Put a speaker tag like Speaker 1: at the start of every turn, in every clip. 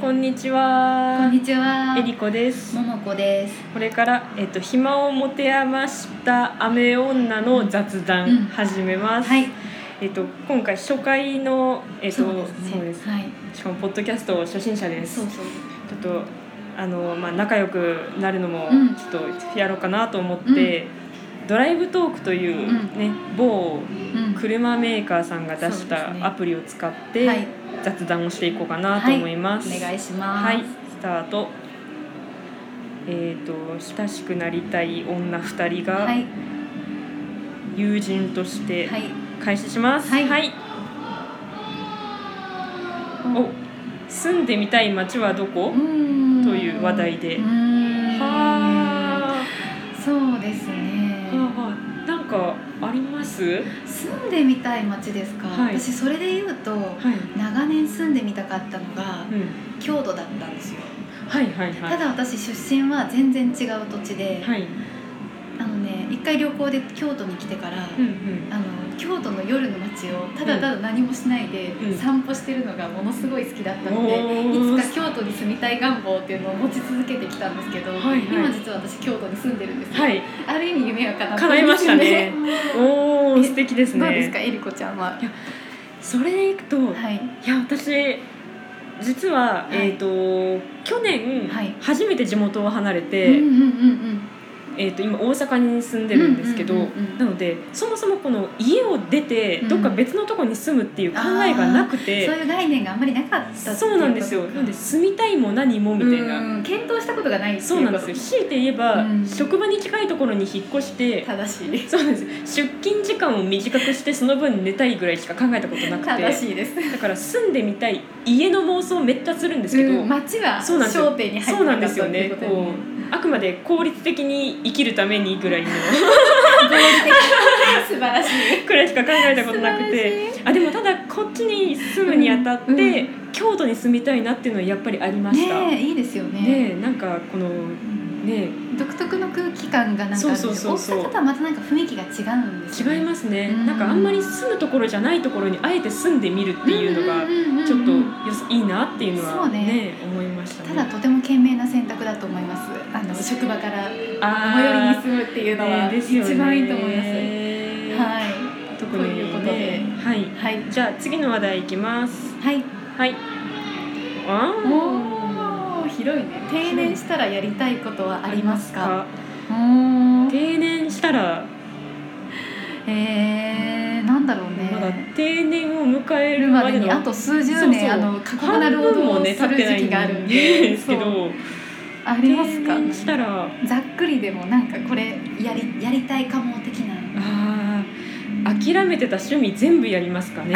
Speaker 1: こんにち
Speaker 2: こ
Speaker 1: は
Speaker 2: ん。にちは
Speaker 1: え。りこです
Speaker 2: も。もこです。
Speaker 1: これからえっと暇を持て余した雨女の雑談
Speaker 2: うん
Speaker 1: 始めます。
Speaker 2: はい。
Speaker 1: えっと今回初回のえっとそうです
Speaker 2: はい。
Speaker 1: しかもポッドキャスト初心者です。
Speaker 2: そう
Speaker 1: ち
Speaker 2: そう。
Speaker 1: ょっとあのまあ仲良くなるのも
Speaker 2: うん
Speaker 1: ちょっとやろうかなと思って。ドライブトークという
Speaker 2: うん
Speaker 1: ね、某
Speaker 2: うん
Speaker 1: 車メーカーさんが出し
Speaker 2: そうですね
Speaker 1: たアプリを使っ
Speaker 2: はい
Speaker 1: て。雑談をしていこうかなと思います。
Speaker 2: お願いします。
Speaker 1: はい、スタート。えっ、と親しくなりたい女二人
Speaker 2: は
Speaker 1: が
Speaker 2: い。
Speaker 1: 友人として
Speaker 2: はい。
Speaker 1: 開始します。
Speaker 2: はい
Speaker 1: お、住んでみたい街はどこ
Speaker 2: う？ーん
Speaker 1: という話題で
Speaker 2: うーん
Speaker 1: は
Speaker 2: そうです
Speaker 1: あ、は
Speaker 2: ね
Speaker 1: あ。はい、なんかあります？
Speaker 2: 住んでみたい街ですか。
Speaker 1: はい
Speaker 2: 私それで言うと。
Speaker 1: はい。
Speaker 2: 長年住んでみたかったのが
Speaker 1: うん、
Speaker 2: 京都だったんですよ、
Speaker 1: はいはいはい。
Speaker 2: ただ私出身は全然違う土地で、
Speaker 1: はい。
Speaker 2: あのね一回旅行で京都に来てから、
Speaker 1: うんうん。
Speaker 2: あの京都の夜の街をただただ何もしないで
Speaker 1: うん
Speaker 2: 散歩してるのがものすごい好きだったので、
Speaker 1: お
Speaker 2: い
Speaker 1: ー
Speaker 2: つか京都に住みたい願望っていうのを持ち続けてきたんですけど、
Speaker 1: はいはい
Speaker 2: 今実は私京都に住んでるんですよ、
Speaker 1: はい。
Speaker 2: ある意味夢が叶ったん
Speaker 1: 叶いましたねおお、
Speaker 2: え
Speaker 1: 素敵ですね。
Speaker 2: どうですかえりこちゃんは、
Speaker 1: それでいくと、
Speaker 2: はい、
Speaker 1: いや私実は、
Speaker 2: は
Speaker 1: え
Speaker 2: い
Speaker 1: っ、と去年、
Speaker 2: はい
Speaker 1: 初めて地元を離れて、
Speaker 2: うんうんうん
Speaker 1: えー、と今大阪に住んでるんですけど、
Speaker 2: うんうんうんうん
Speaker 1: なのでそもそもこの家を出て
Speaker 2: うん
Speaker 1: どっか別のとこに住むっていう考えがなく
Speaker 2: うん、
Speaker 1: て、
Speaker 2: そういう概念があんまりなかったっていこと
Speaker 1: そうなんですよなので住みたいも何もみたいな、
Speaker 2: うん検討したことがないっていうこと
Speaker 1: そうなんですよ強いて言えば、
Speaker 2: うん
Speaker 1: 職場に近いところに引っ越して
Speaker 2: 正しい
Speaker 1: そうなんですよ出勤時間を短くしてその分寝たいぐらいしか考えたことなくて
Speaker 2: 正しいです
Speaker 1: だから住んでみたい家の妄想めっちゃするんですけど、
Speaker 2: うん街は
Speaker 1: そうなんですよ
Speaker 2: 焦点に入
Speaker 1: そ
Speaker 2: って
Speaker 1: うな
Speaker 2: なん
Speaker 1: で
Speaker 2: かったっ
Speaker 1: す
Speaker 2: て
Speaker 1: よね
Speaker 2: いうこと
Speaker 1: こうあくまで効率的に生きるためにぐらいの
Speaker 2: 合理的素晴らしい
Speaker 1: くらいしか考えたことなくて
Speaker 2: 素晴らしい
Speaker 1: あでもただこっちに住むにあたって、
Speaker 2: うんうん
Speaker 1: 京都に住みたいなっていうのはやっぱりありました。
Speaker 2: ね
Speaker 1: ね
Speaker 2: えいいですよね
Speaker 1: えなんかこの
Speaker 2: うん
Speaker 1: ね
Speaker 2: 独特の空気感がなんかあるんで
Speaker 1: そうそうそうそう
Speaker 2: 大阪とはまたなんか雰囲気が違うんですよね
Speaker 1: 違いますね、
Speaker 2: うん
Speaker 1: なんかあんまり住むところじゃないところにあえて住んでみるっていうのが
Speaker 2: んんんんん
Speaker 1: ちょっとよそいいなっていうの
Speaker 2: そ
Speaker 1: は
Speaker 2: う
Speaker 1: ね
Speaker 2: ね
Speaker 1: 思いましたね。
Speaker 2: ただとても賢明な選択だと思いますあの職場から最寄り
Speaker 1: あ
Speaker 2: に住むっていうのは
Speaker 1: ねですよね
Speaker 2: 一番いいと思います
Speaker 1: い
Speaker 2: はい
Speaker 1: 特にね
Speaker 2: ということで
Speaker 1: はい
Speaker 2: はい
Speaker 1: じゃあ次の話題いきます
Speaker 2: はい
Speaker 1: はいあー
Speaker 2: おー広いね定年したらやりたいことはありますかおー
Speaker 1: 定年したら
Speaker 2: えー、なんだろうね
Speaker 1: まだ定年を迎え
Speaker 2: いる
Speaker 1: る
Speaker 2: ま
Speaker 1: ま
Speaker 2: で
Speaker 1: で
Speaker 2: に
Speaker 1: の
Speaker 2: あと数十年
Speaker 1: そうそう
Speaker 2: あの過酷な
Speaker 1: 半
Speaker 2: 労
Speaker 1: 分
Speaker 2: 働
Speaker 1: も
Speaker 2: を
Speaker 1: ね
Speaker 2: す
Speaker 1: 経っ
Speaker 2: る
Speaker 1: てな
Speaker 2: 時
Speaker 1: い
Speaker 2: 期がある
Speaker 1: ん
Speaker 2: ん
Speaker 1: で
Speaker 2: です
Speaker 1: けど
Speaker 2: そうあります
Speaker 1: 定
Speaker 2: か
Speaker 1: 年したらあ
Speaker 2: ざっくりでもなんかこれやりやりたいかも的な
Speaker 1: ー諦めてた趣味全部やりますかね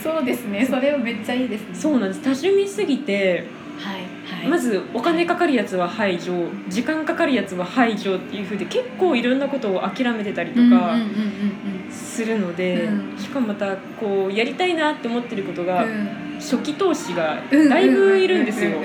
Speaker 2: そうですねそれはめっちゃいいですね
Speaker 1: そうなんです多趣味すぎて
Speaker 2: はいはい
Speaker 1: まずお金かかるやつは排除時間かかるやつは排除っていうふうで結構いろんなことを諦めてたりと
Speaker 2: うんうんうん
Speaker 1: かするので、
Speaker 2: うん
Speaker 1: しかもまたこうやりたいなって思ってることが、初期投資が
Speaker 2: うんうん
Speaker 1: だいぶいるんですよ
Speaker 2: ううう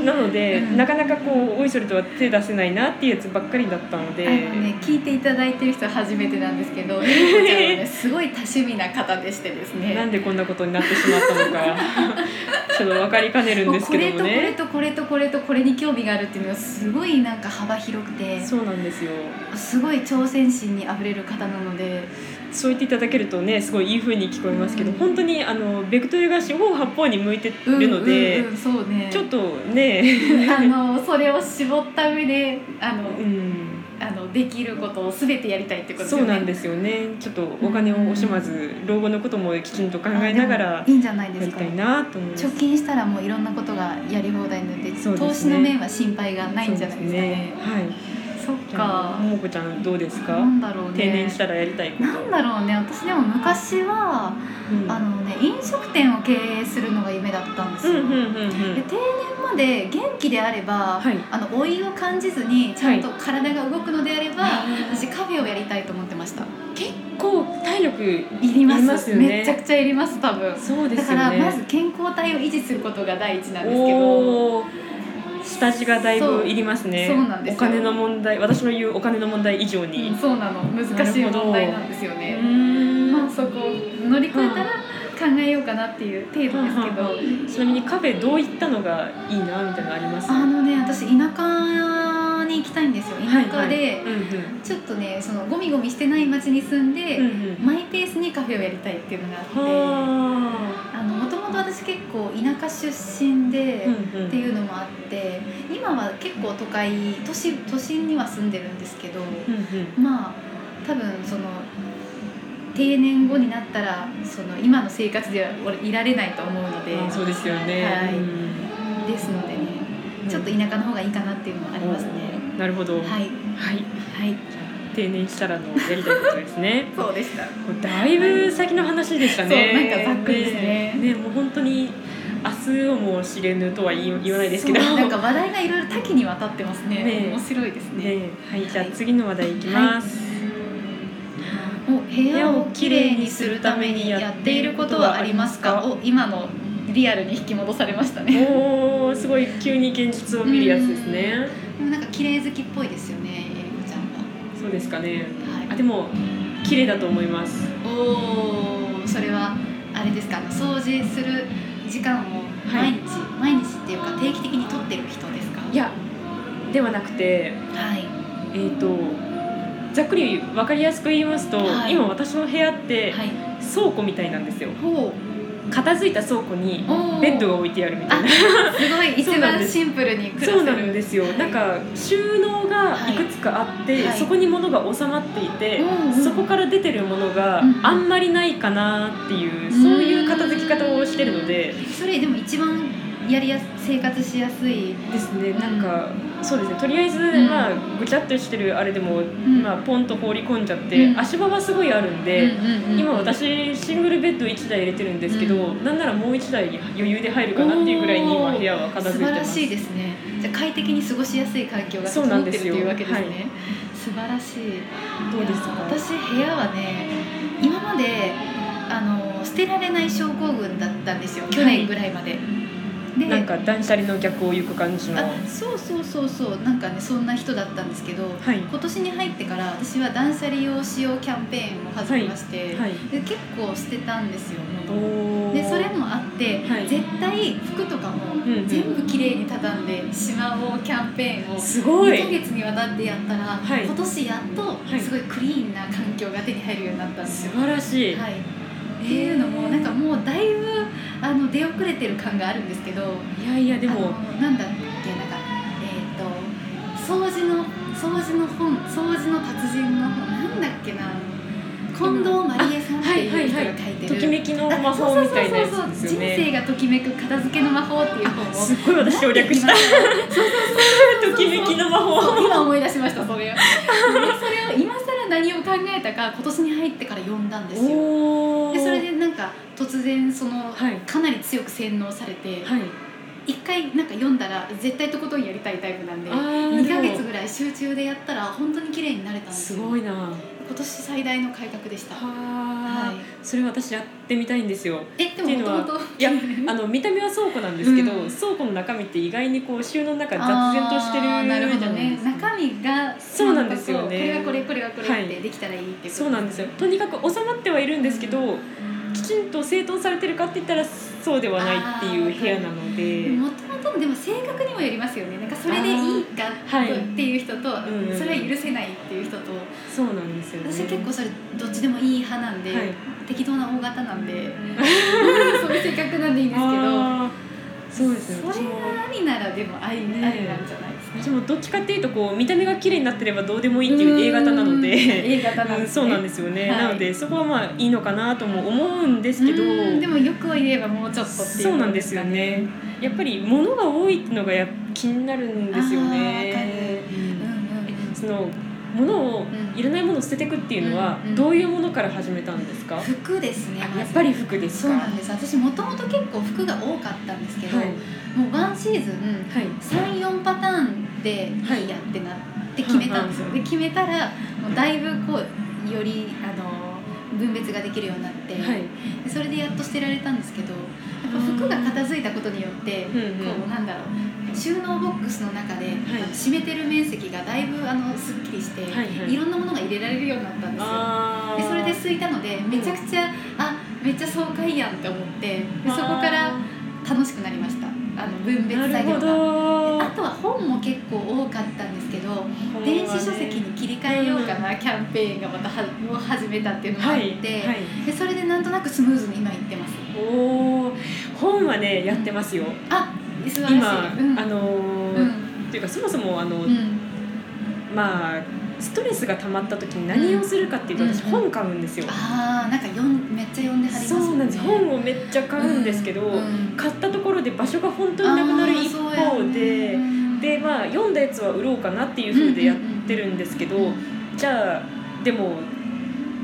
Speaker 2: うん
Speaker 1: なので、
Speaker 2: うん
Speaker 1: なかなかこうおいそれとは手出せないなっていうやつばっかりだったので、
Speaker 2: あのね聞いていただいてる人は初めてなんですけ ど、ゆうこちゃんはね、すごい多趣味な方でしてですね
Speaker 1: なんでこんなことになってしまったのか ちょっと分かりかねるん
Speaker 2: も
Speaker 1: で
Speaker 2: う
Speaker 1: す
Speaker 2: こ
Speaker 1: け
Speaker 2: れ
Speaker 1: ども
Speaker 2: とこれ
Speaker 1: ね
Speaker 2: とこれとこれとこれに興味があるっていうのはすごいなんか幅広くて
Speaker 1: そうなんですよ
Speaker 2: すごい挑戦心にあふれる方なので
Speaker 1: そう言っていただけるとねすごいいい風に聞こえますけど、
Speaker 2: うん
Speaker 1: 本当にあのベクトルが四方八方に向いてるので、
Speaker 2: うんうんうんそうね
Speaker 1: ちょっとね、
Speaker 2: あのそれを絞った上であの、
Speaker 1: うん、
Speaker 2: あのできることを全てやりたいってことです
Speaker 1: そ
Speaker 2: よ
Speaker 1: う
Speaker 2: ね
Speaker 1: なんですよねちょっとお金を惜しまず老後のこともきちんと考えながら
Speaker 2: あでもいいんじゃないで
Speaker 1: や
Speaker 2: す
Speaker 1: り
Speaker 2: か
Speaker 1: たいなと思います
Speaker 2: 貯金したらもういろんなことがやり放題なので
Speaker 1: そうですね
Speaker 2: 投資の面は心配がないんじゃないです
Speaker 1: そう
Speaker 2: かね
Speaker 1: ですはい
Speaker 2: そっ
Speaker 1: じゃあ
Speaker 2: か
Speaker 1: ももこちゃんどうですか、
Speaker 2: なんだろうね
Speaker 1: 定年したらやりたいこと
Speaker 2: なんだろうね私でも昔は
Speaker 1: うん
Speaker 2: あのね飲食店を経営するのが夢だったんです
Speaker 1: うん
Speaker 2: よ、
Speaker 1: うん
Speaker 2: で
Speaker 1: うんうん
Speaker 2: 定年まで元気であれば、
Speaker 1: はい
Speaker 2: あの老いを感じずにちゃんと体が動くのであれば、私カフェをやりたいと思ってました
Speaker 1: 結構体力
Speaker 2: いります
Speaker 1: いりますよね
Speaker 2: めちゃくちゃいります多分
Speaker 1: そうで
Speaker 2: だ
Speaker 1: す
Speaker 2: か
Speaker 1: よ
Speaker 2: ら
Speaker 1: ね
Speaker 2: まず健康体を維持することが第一なんですけど
Speaker 1: おお下地がだいぶいりますね
Speaker 2: そうそうなんですよ
Speaker 1: お金の問題私の言うお金の問題以上
Speaker 2: う
Speaker 1: に
Speaker 2: ん、そうなの難しい問題なんですよね
Speaker 1: うーん
Speaker 2: まあそこを乗り越えたら、えようかなっていう程度ですけ
Speaker 1: は
Speaker 2: ど
Speaker 1: ちなみにカフェどういったのがいいなみたいなのあります
Speaker 2: あのね私田舎に行きたいんですよ田舎で、
Speaker 1: うんうん
Speaker 2: ちょっとねそのゴミゴミしてない町に住んで、
Speaker 1: うんうん
Speaker 2: マイペースにカフェをやりたいっていうのがあって
Speaker 1: は
Speaker 2: あのもともと私結構田舎出身で、
Speaker 1: あうんう
Speaker 2: って
Speaker 1: ん
Speaker 2: いうのもあって今は結構都会都市都心には住んでるんですけど、
Speaker 1: うんうん
Speaker 2: まあ多分その定年後になったらその今の生活では俺いられないと思うので
Speaker 1: あーそうですよね
Speaker 2: はい
Speaker 1: うん
Speaker 2: ですのでねちょっと
Speaker 1: う
Speaker 2: 田舎の方がいいかなっていうのはありますね。
Speaker 1: んなるほど
Speaker 2: はい
Speaker 1: はい
Speaker 2: はい
Speaker 1: 定年したらのやりたいことですね
Speaker 2: そうでした。
Speaker 1: もうだいぶ先の話でしたね
Speaker 2: そうなんかざっくりですね
Speaker 1: ねねもう本当に明日をも知れぬとは言い言わないですけど
Speaker 2: そうなんか話題がいろいろ多岐にわたってますね。
Speaker 1: ね
Speaker 2: 面白いです ね。
Speaker 1: ね、はい、じゃあ次の話題いきます。
Speaker 2: お部屋をきれいにするためにやっていることはありますか？お今のリアルに引き戻されましたね。
Speaker 1: おお、すごい急に現実を見るやつですね。
Speaker 2: でもなんか綺麗好きっぽいですよね。えりこちゃんは。
Speaker 1: そうですかね。
Speaker 2: はい
Speaker 1: あ、でも綺麗だと思います。
Speaker 2: おおそれはあれですかあの掃除する時間を
Speaker 1: はい
Speaker 2: 毎日、毎日っていうか定期的に取ってる人ですか
Speaker 1: いや、ではなくて、
Speaker 2: はい
Speaker 1: えっ、と。ざっくり分かりやすく言いますと、
Speaker 2: はい
Speaker 1: 今私の部屋って
Speaker 2: はい
Speaker 1: 倉庫みたいなんですよ
Speaker 2: ほ
Speaker 1: 片付いた倉庫に
Speaker 2: うおー
Speaker 1: ベッドが置いてあるみたいな
Speaker 2: すごい
Speaker 1: そう
Speaker 2: 一
Speaker 1: なん
Speaker 2: 番
Speaker 1: です
Speaker 2: シンプルに暮らせる
Speaker 1: そうなんですよ、
Speaker 2: はい
Speaker 1: なんか収納がいくつかあって、
Speaker 2: はい
Speaker 1: そこに物が収まっていて、
Speaker 2: うんうん
Speaker 1: そこから出てるものが
Speaker 2: うん
Speaker 1: あんまりないかなっていう、
Speaker 2: うん
Speaker 1: そういう片付き方をしてるので、
Speaker 2: それでも一番やりやす生活しやすい、
Speaker 1: ですね
Speaker 2: うん
Speaker 1: なんか、そうですねとりあえず、
Speaker 2: ん
Speaker 1: まあぐちゃっとしてるあれでも、
Speaker 2: ん
Speaker 1: まあ、ポンと放り込んじゃって、
Speaker 2: うん
Speaker 1: 足場はすごいあるん
Speaker 2: うん
Speaker 1: で、
Speaker 2: うんうん
Speaker 1: 今私シングルベッド1台入れてるんですけど、
Speaker 2: う
Speaker 1: なんならもう1台余裕で入るかなっていうぐらいに今部屋は片
Speaker 2: 素
Speaker 1: 付い
Speaker 2: 晴
Speaker 1: てま
Speaker 2: ら
Speaker 1: す。
Speaker 2: しいですねじゃあ快適に過ごしやすい環境が
Speaker 1: そう
Speaker 2: 整
Speaker 1: な
Speaker 2: っ
Speaker 1: ん
Speaker 2: て
Speaker 1: で
Speaker 2: る
Speaker 1: す
Speaker 2: と
Speaker 1: よ
Speaker 2: いうわけですね
Speaker 1: はい
Speaker 2: 素晴らしい
Speaker 1: どうですか
Speaker 2: いや私部屋はね今まであの捨てられない症候群だったんですよ
Speaker 1: い
Speaker 2: 去年ぐらいまで、で
Speaker 1: なんか断捨離の逆を行く感じの。
Speaker 2: あそうそうそうそうなんかねそんな人だったんですけど
Speaker 1: はい。
Speaker 2: 今年に入ってから私は断捨離用使用キャンペーンを始めまして、
Speaker 1: はい。
Speaker 2: で結構捨てたんですよ物を
Speaker 1: おー
Speaker 2: でそれ。もあって、
Speaker 1: はい
Speaker 2: 絶対服とかも
Speaker 1: うんうん
Speaker 2: 全部きれいに畳んでしまおうキャンペーンを
Speaker 1: すご
Speaker 2: 2ヶ
Speaker 1: い。
Speaker 2: 月にわたってやったら、
Speaker 1: はい
Speaker 2: 今年やっと
Speaker 1: い
Speaker 2: すごいクリーンな環境が手に入るようになったんです
Speaker 1: 素
Speaker 2: よ。
Speaker 1: 晴らしい。
Speaker 2: はい、っていうのもなんかもうだいぶあの出遅れてる感があるんですけど
Speaker 1: いやいや、で
Speaker 2: あの
Speaker 1: も。
Speaker 2: なんだっけなんかえっ、と掃除の掃除の本掃除の達人の本なんだっけな近藤マリエさんっていう人が書いて
Speaker 1: と
Speaker 2: る。
Speaker 1: きめきの
Speaker 2: あ
Speaker 1: 魔
Speaker 2: そう
Speaker 1: 法
Speaker 2: そう
Speaker 1: み
Speaker 2: そ
Speaker 1: た
Speaker 2: う
Speaker 1: いな
Speaker 2: そう
Speaker 1: や
Speaker 2: そう
Speaker 1: つです
Speaker 2: 人
Speaker 1: よ
Speaker 2: 生
Speaker 1: ね。
Speaker 2: がときめく片付けの魔法っていう本を
Speaker 1: すっごい私省略した。ときめきの魔法。
Speaker 2: 今思い出しましたそれをでそれを今更何を考えたか今年に入ってから読んだんですよ
Speaker 1: おお。
Speaker 2: でそれで。なんか突然その、
Speaker 1: はい
Speaker 2: かなり強く洗脳されて
Speaker 1: はい。
Speaker 2: 一回なんか読んだら絶対とことんやりたいタイプなんで
Speaker 1: あー
Speaker 2: 2ヶ
Speaker 1: で
Speaker 2: 月
Speaker 1: も
Speaker 2: ぐらい集中でやったら本当に綺麗になれたんです
Speaker 1: す
Speaker 2: よ
Speaker 1: ごいな。は
Speaker 2: 今年最大の改革でしたは
Speaker 1: あ。
Speaker 2: い
Speaker 1: それ私やってみたいんですよ。
Speaker 2: えで
Speaker 1: ってい
Speaker 2: も
Speaker 1: う
Speaker 2: も
Speaker 1: の
Speaker 2: と
Speaker 1: は
Speaker 2: もと
Speaker 1: い やあの見た目は倉庫なんですけど、
Speaker 2: うん
Speaker 1: 倉庫の中身って意外にこう収納の中雑然としてる
Speaker 2: あーなるほ
Speaker 1: じゃ
Speaker 2: ど
Speaker 1: ないで
Speaker 2: ね
Speaker 1: すか
Speaker 2: 中身が
Speaker 1: そうなんですよね
Speaker 2: これはこれこれはこ
Speaker 1: は
Speaker 2: れ
Speaker 1: い
Speaker 2: ってできたらいいってこと
Speaker 1: そうなんですよとにかく収まってはいるんですけどきちんと整頓されてるかって言ったらそうではないっていう部屋なので
Speaker 2: もともとでも性格にもよりますよねなんかそれでいいか
Speaker 1: あーはい
Speaker 2: っていう人と、
Speaker 1: んうん
Speaker 2: それは許せないっていう人と
Speaker 1: そうなんですよね
Speaker 2: 私は結構それどっちでもいい派なんで、
Speaker 1: はい
Speaker 2: 適当な大型なん でそういう性格なんでいいんですけど
Speaker 1: あーそうですね
Speaker 2: そ
Speaker 1: 私
Speaker 2: れ
Speaker 1: も
Speaker 2: がありならでもあり,、
Speaker 1: ね
Speaker 2: ありなんじゃないで
Speaker 1: 私
Speaker 2: すか
Speaker 1: もどっちかっていうとこう見た目が綺麗になってればどうでもいいっていう A 型なの
Speaker 2: うん
Speaker 1: で
Speaker 2: A 型なん
Speaker 1: う
Speaker 2: で
Speaker 1: ん
Speaker 2: す、
Speaker 1: そ
Speaker 2: ね、
Speaker 1: うなんですよね、
Speaker 2: はい
Speaker 1: なのでそこはまあいいのかなとも思うんですけど
Speaker 2: うんでもよく言えばもうちょっとっていう
Speaker 1: そうなんですよねやっぱり物が多いってのがやっぱ気になるんですよ
Speaker 2: あーわ
Speaker 1: ね
Speaker 2: かうんうんうん
Speaker 1: その物を
Speaker 2: ん
Speaker 1: いらないものを捨てていくっていうのは
Speaker 2: うんうん
Speaker 1: どういうものから始めたんですか、
Speaker 2: 服ですね
Speaker 1: あ
Speaker 2: ま
Speaker 1: やっ
Speaker 2: ず
Speaker 1: ぱり服です
Speaker 2: そう
Speaker 1: か
Speaker 2: なんです私もともと結構服が多かったんですけど、
Speaker 1: はい
Speaker 2: もうワンシーズン
Speaker 1: はい
Speaker 2: 34パターンでいいやってなって決めたんですよ、
Speaker 1: はい
Speaker 2: で決めたらもうだいぶこうよりあの分別ができるようになって、
Speaker 1: はい
Speaker 2: でそれでやっと捨てられたんですけどやっぱ服が片付いたことによって、
Speaker 1: うんうん
Speaker 2: こうなんだろう収納ボックスの中で、あの占めてる面積がだいぶあのすっきりして、
Speaker 1: はいはい
Speaker 2: いろんなものが入れられるようになったんですよ。
Speaker 1: あ
Speaker 2: で
Speaker 1: ー
Speaker 2: それで空いたのでめちゃくちゃ、あめっちゃ爽快やんって思ってで
Speaker 1: あー
Speaker 2: そこから楽しくなりましたあの分別
Speaker 1: な
Speaker 2: 作
Speaker 1: るほ
Speaker 2: 業が。
Speaker 1: ど
Speaker 2: あとは本も結構多かったんですけど電子書籍に切り替えようかなキャンペーンがまたはを始めたっていうのもあ
Speaker 1: は
Speaker 2: っ
Speaker 1: い
Speaker 2: て、
Speaker 1: はい
Speaker 2: でそれでなんとなくスムーズに今行ってます
Speaker 1: おー本はねやってますよ
Speaker 2: あ素晴らしい
Speaker 1: 今、
Speaker 2: うん、
Speaker 1: あ
Speaker 2: う
Speaker 1: の
Speaker 2: ん
Speaker 1: ーっていうかそもそもあの、
Speaker 2: うん
Speaker 1: まあストレスが溜まった時に何をするかっていうと、
Speaker 2: うん
Speaker 1: 私本買うんですよ、
Speaker 2: あーなんか読んめっちゃ読んではります
Speaker 1: そ
Speaker 2: よね
Speaker 1: うなんです本をめっちゃ買うんですけど、
Speaker 2: うん
Speaker 1: 買ったところで場所が本当になくなる一
Speaker 2: あーそう
Speaker 1: 方
Speaker 2: や
Speaker 1: で、
Speaker 2: ね
Speaker 1: でまあ読んだやつは売ろうかなっていう風でやってるんですけど、じゃあでも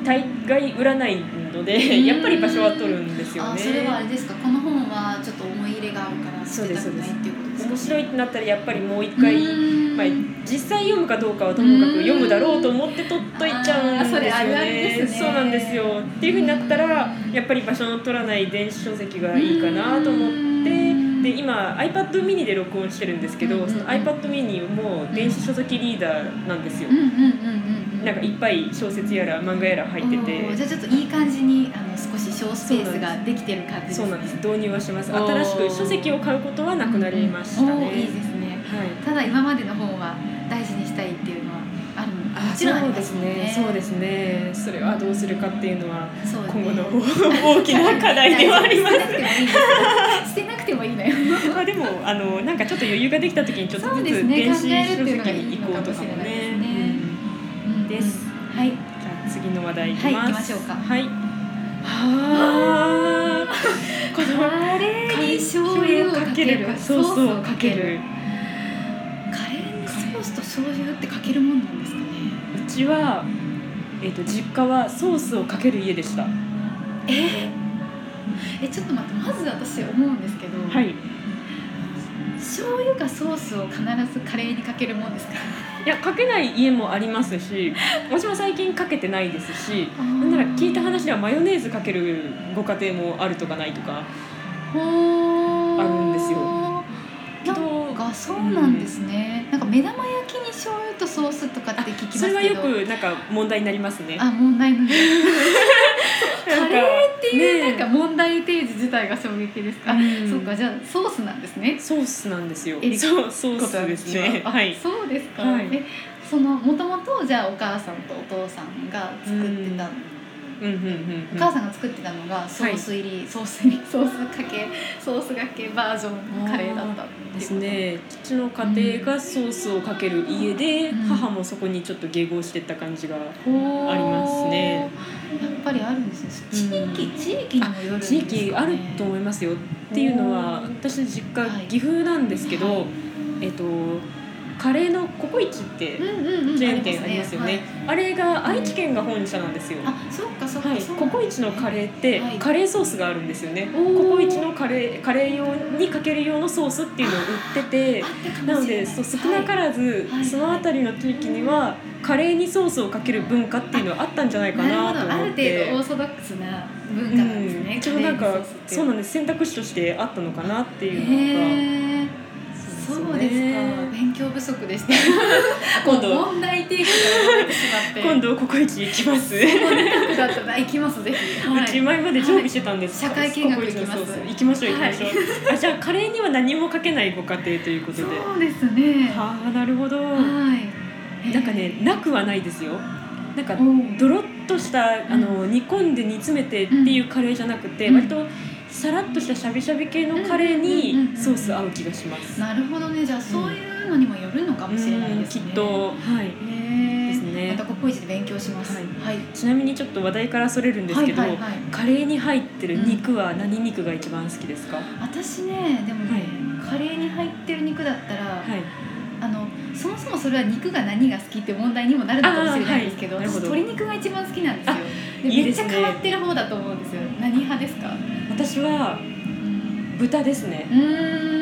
Speaker 1: 大概売らないの
Speaker 2: うん
Speaker 1: でやっぱり場所は取るんですよ
Speaker 2: あ
Speaker 1: ね。
Speaker 2: それはあれですかこの本はちょっと思い入れがあるから捨てたくないっていうことですか
Speaker 1: 面白いってなったらやっぱりもう一
Speaker 2: う
Speaker 1: 回、
Speaker 2: ーん
Speaker 1: まあ、実際読むかどうかはともかく読むだろうと思って取っといちゃうんですよ
Speaker 2: あーそれあるある
Speaker 1: ね。
Speaker 2: ですね
Speaker 1: そうなんですよっていう風になったらやっぱり場所の取らない電子書籍がいいかなと思って。
Speaker 2: うん
Speaker 1: で今 iPad mini で録音してるんですけど、
Speaker 2: うんうんうん
Speaker 1: その iPad mini も電子書籍リーダーなんですよ
Speaker 2: うん、うんうんうん
Speaker 1: なんかいっぱい小説やら漫画やら入って
Speaker 2: おー
Speaker 1: て
Speaker 2: じゃあちょっといい感じにあの少し小スペースができてる感じです
Speaker 1: そう
Speaker 2: ね
Speaker 1: なんです導入はしてます
Speaker 2: おー
Speaker 1: 新しく書籍を買うことはなくなりましたね、
Speaker 2: おーいいですね
Speaker 1: はい
Speaker 2: ただ今までの本は大事にしたいっていうのはあるのもちろんありますもんね
Speaker 1: そうですねそれはどうするかっていうのは
Speaker 2: そうね
Speaker 1: 今後の大きな課題ではあります
Speaker 2: 捨てなくてもいいです捨てなくてもいいのよ
Speaker 1: まあでもあのなんかちょっと余裕ができた時にちょっと
Speaker 2: そう
Speaker 1: ず
Speaker 2: です
Speaker 1: つ
Speaker 2: ね
Speaker 1: 電子書
Speaker 2: 考えるって
Speaker 1: 籍
Speaker 2: いうのがいい
Speaker 1: に行
Speaker 2: のか
Speaker 1: こう
Speaker 2: も
Speaker 1: と
Speaker 2: し
Speaker 1: か
Speaker 2: れ
Speaker 1: も
Speaker 2: ないです
Speaker 1: ね
Speaker 2: ね
Speaker 1: うん
Speaker 2: うん
Speaker 1: です
Speaker 2: はい
Speaker 1: じゃあ次の話題いき
Speaker 2: はい
Speaker 1: ます。
Speaker 2: 行きましょうか
Speaker 1: はい。はあ。この
Speaker 2: カレーに醤油をかける
Speaker 1: そう
Speaker 2: ソース
Speaker 1: そう
Speaker 2: を
Speaker 1: か
Speaker 2: か
Speaker 1: け
Speaker 2: け
Speaker 1: る
Speaker 2: る。カレーにソースと醤油ってかけるもんなんですかね
Speaker 1: うちはえっ、と実家はソースをかける家でした。は
Speaker 2: ええちょっと待ってまず私思うんですけど、
Speaker 1: い。い
Speaker 2: 醤油かソースを必ずカレーにかけるもんですか
Speaker 1: やかけない家もありますし、私も最近かけてないですし。な
Speaker 2: なん
Speaker 1: なら聞いた話ではマヨネーズかけるご家庭もあるとかないとか。あるんですよけど
Speaker 2: なんかそうなんですね、なんか目玉焼きに醤油とソースとかって聞きますけど
Speaker 1: それはよくなんか問題になりますね。
Speaker 2: あ問題のカ
Speaker 1: なんか
Speaker 2: レーっていう
Speaker 1: ね
Speaker 2: なんか問題提示自体が衝撃ですか、
Speaker 1: うん
Speaker 2: そうかじゃあソースなんですね
Speaker 1: ソースなんですよ。
Speaker 2: え
Speaker 1: そうソースですね。
Speaker 2: あ
Speaker 1: はい。
Speaker 2: そうですか、
Speaker 1: はい
Speaker 2: えそのもともとじゃあお母さんとお父さんが作ってた、
Speaker 1: うんうんうんうん。
Speaker 2: お母さんが作ってたのがソース入り、ソース入り ソースかけソースかけバージョンのカレーだったっていうこと
Speaker 1: ですね父の家庭がソースをかける家で、
Speaker 2: うん
Speaker 1: 母もそこにちょっと迎合してった感じが
Speaker 2: ほう
Speaker 1: ありますね
Speaker 2: やっぱりあるんですね地域、
Speaker 1: うん
Speaker 2: 地域にもよるんです
Speaker 1: 地
Speaker 2: かね
Speaker 1: 域あると思いますよっていうのは
Speaker 2: おー
Speaker 1: 私実
Speaker 2: はい
Speaker 1: 家岐阜なんですけど、
Speaker 2: はい
Speaker 1: えっとカレーのココイチって
Speaker 2: うんうんうん
Speaker 1: チェーン店ありますよね、あれが愛知県が本社なんですよ、
Speaker 2: はいあそっかそっか、
Speaker 1: はい、ココイチのカレーって
Speaker 2: はい
Speaker 1: カレーソースがあるんですよね、
Speaker 2: おー
Speaker 1: ココイチのカレーカレー用にかける用のソースっていうのを売ってて
Speaker 2: ーあったかもしれい
Speaker 1: なのでそう少なか
Speaker 2: はい
Speaker 1: らず、
Speaker 2: はい
Speaker 1: その辺りの地域にはカレーにソースをかける文化っていうのはあったんじゃないかな
Speaker 2: なるほ
Speaker 1: と
Speaker 2: どある
Speaker 1: 思
Speaker 2: 程
Speaker 1: っ
Speaker 2: 度
Speaker 1: て。
Speaker 2: オーソドックスな文
Speaker 1: う
Speaker 2: 化なんですね、
Speaker 1: ん、ちょっとなん
Speaker 2: カレー
Speaker 1: か
Speaker 2: のソースってい
Speaker 1: そうなんです選択肢としてあったのかなっていうのが
Speaker 2: へーそうですか勉強不足でした
Speaker 1: 今度
Speaker 2: もう問題提起が生まれてしまって
Speaker 1: 今度ここイチ行きます、
Speaker 2: 度だったら行きますぜひ、は
Speaker 1: うち前まで常備してたんです、
Speaker 2: はい社会見学行きます
Speaker 1: ココイチのソース行きましょう行きましょう、あじゃあカレーには何もかけないご家庭ということでは
Speaker 2: そうですね
Speaker 1: あなるほど、
Speaker 2: はい
Speaker 1: なんかねなくはないですよなんか
Speaker 2: おー
Speaker 1: ドロッとしたあの煮込んで煮詰めてっていうカレーじゃなくて、
Speaker 2: うん
Speaker 1: 割とさらっとしたしゃびしゃび系のカレー
Speaker 2: うんうんうんう
Speaker 1: に
Speaker 2: ん
Speaker 1: ソース合う気がします。
Speaker 2: なるほどねじゃあそういうのにもよるのかもしれない
Speaker 1: うん
Speaker 2: です
Speaker 1: き
Speaker 2: ね、
Speaker 1: っと、はい、
Speaker 2: へー
Speaker 1: ですね
Speaker 2: またココイチで勉強します
Speaker 1: はい
Speaker 2: はい、
Speaker 1: ちなみにちょっと話題からそれるんですけど、
Speaker 2: はいはいはい
Speaker 1: カレーに入ってる肉は何肉が一番好きですか？
Speaker 2: 私ねでもね、カレーに入ってる肉だったら、
Speaker 1: はい、
Speaker 2: あのそもそもそれは肉が何が好きって問題にもなるのかもしれないんですけど,、
Speaker 1: あーはいなるほど
Speaker 2: 鶏肉が一番好きなんですよで
Speaker 1: いい
Speaker 2: め
Speaker 1: で
Speaker 2: っち
Speaker 1: す
Speaker 2: ゃ
Speaker 1: ね
Speaker 2: 変わってる方だと思うんですよ何派ですか
Speaker 1: 私は豚ですね。
Speaker 2: うん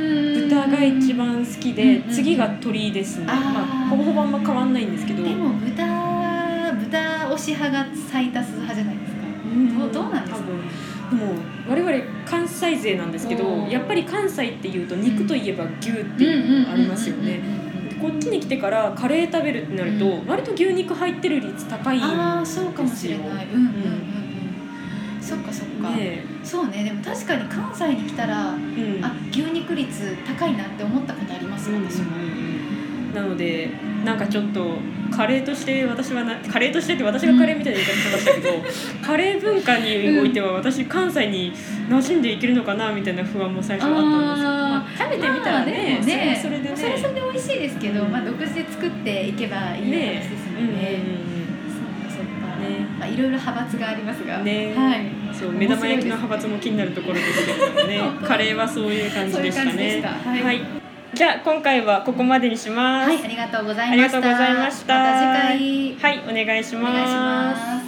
Speaker 1: 豚が一番好きで、
Speaker 2: うん
Speaker 1: 次が鶏ですね。
Speaker 2: あー
Speaker 1: まあほぼほぼあんま変わんないんですけど、
Speaker 2: でも豚豚推し派が最多数派じゃないですか
Speaker 1: うん
Speaker 2: どうどうなんですか
Speaker 1: 多分でも我々関西勢なんですけ
Speaker 2: お
Speaker 1: ど
Speaker 2: ー
Speaker 1: やっぱり関西っていうと肉といえば牛っていうのがありますよねこっちに来てからカレー食べるってなると、
Speaker 2: うん
Speaker 1: 割と牛肉入ってる率高い
Speaker 2: ああそうかもしれないうんうんうんうんそっかそっか、
Speaker 1: ね
Speaker 2: そうねでも確かに関西に来たら、
Speaker 1: え、うん、
Speaker 2: あ牛肉率高いなって思ったことあります私も、
Speaker 1: なのでなんかちょっとカレーとして私はなカレーとしてって私がカレーみたいな言い方しましたけど、カレー文化においては私関西に馴染んでいけるのかなみたいな不安も最初はあったんですけど、まあ食べてみたらね,、
Speaker 2: まあでもね
Speaker 1: それはそれでね
Speaker 2: それはそれで美味しいですけど、まあ、独自で作っていけばいい話で
Speaker 1: ね
Speaker 2: すも
Speaker 1: うん
Speaker 2: んね、
Speaker 1: うん
Speaker 2: そうかそうか、
Speaker 1: ね
Speaker 2: まあ、いろいろ派閥がありますが、
Speaker 1: ね
Speaker 2: はい
Speaker 1: うん、そう目玉焼きの派閥も気になるところですけれども ね
Speaker 2: 本当
Speaker 1: カレーはそういう感じ
Speaker 2: そう
Speaker 1: で
Speaker 2: いう
Speaker 1: した
Speaker 2: 感じでし
Speaker 1: ね
Speaker 2: た。はい、
Speaker 1: はい、じゃあ今回はここまでにします。
Speaker 2: はいありがとうございました
Speaker 1: ありがとうございました
Speaker 2: また次回
Speaker 1: はい、お願いし
Speaker 2: お願いします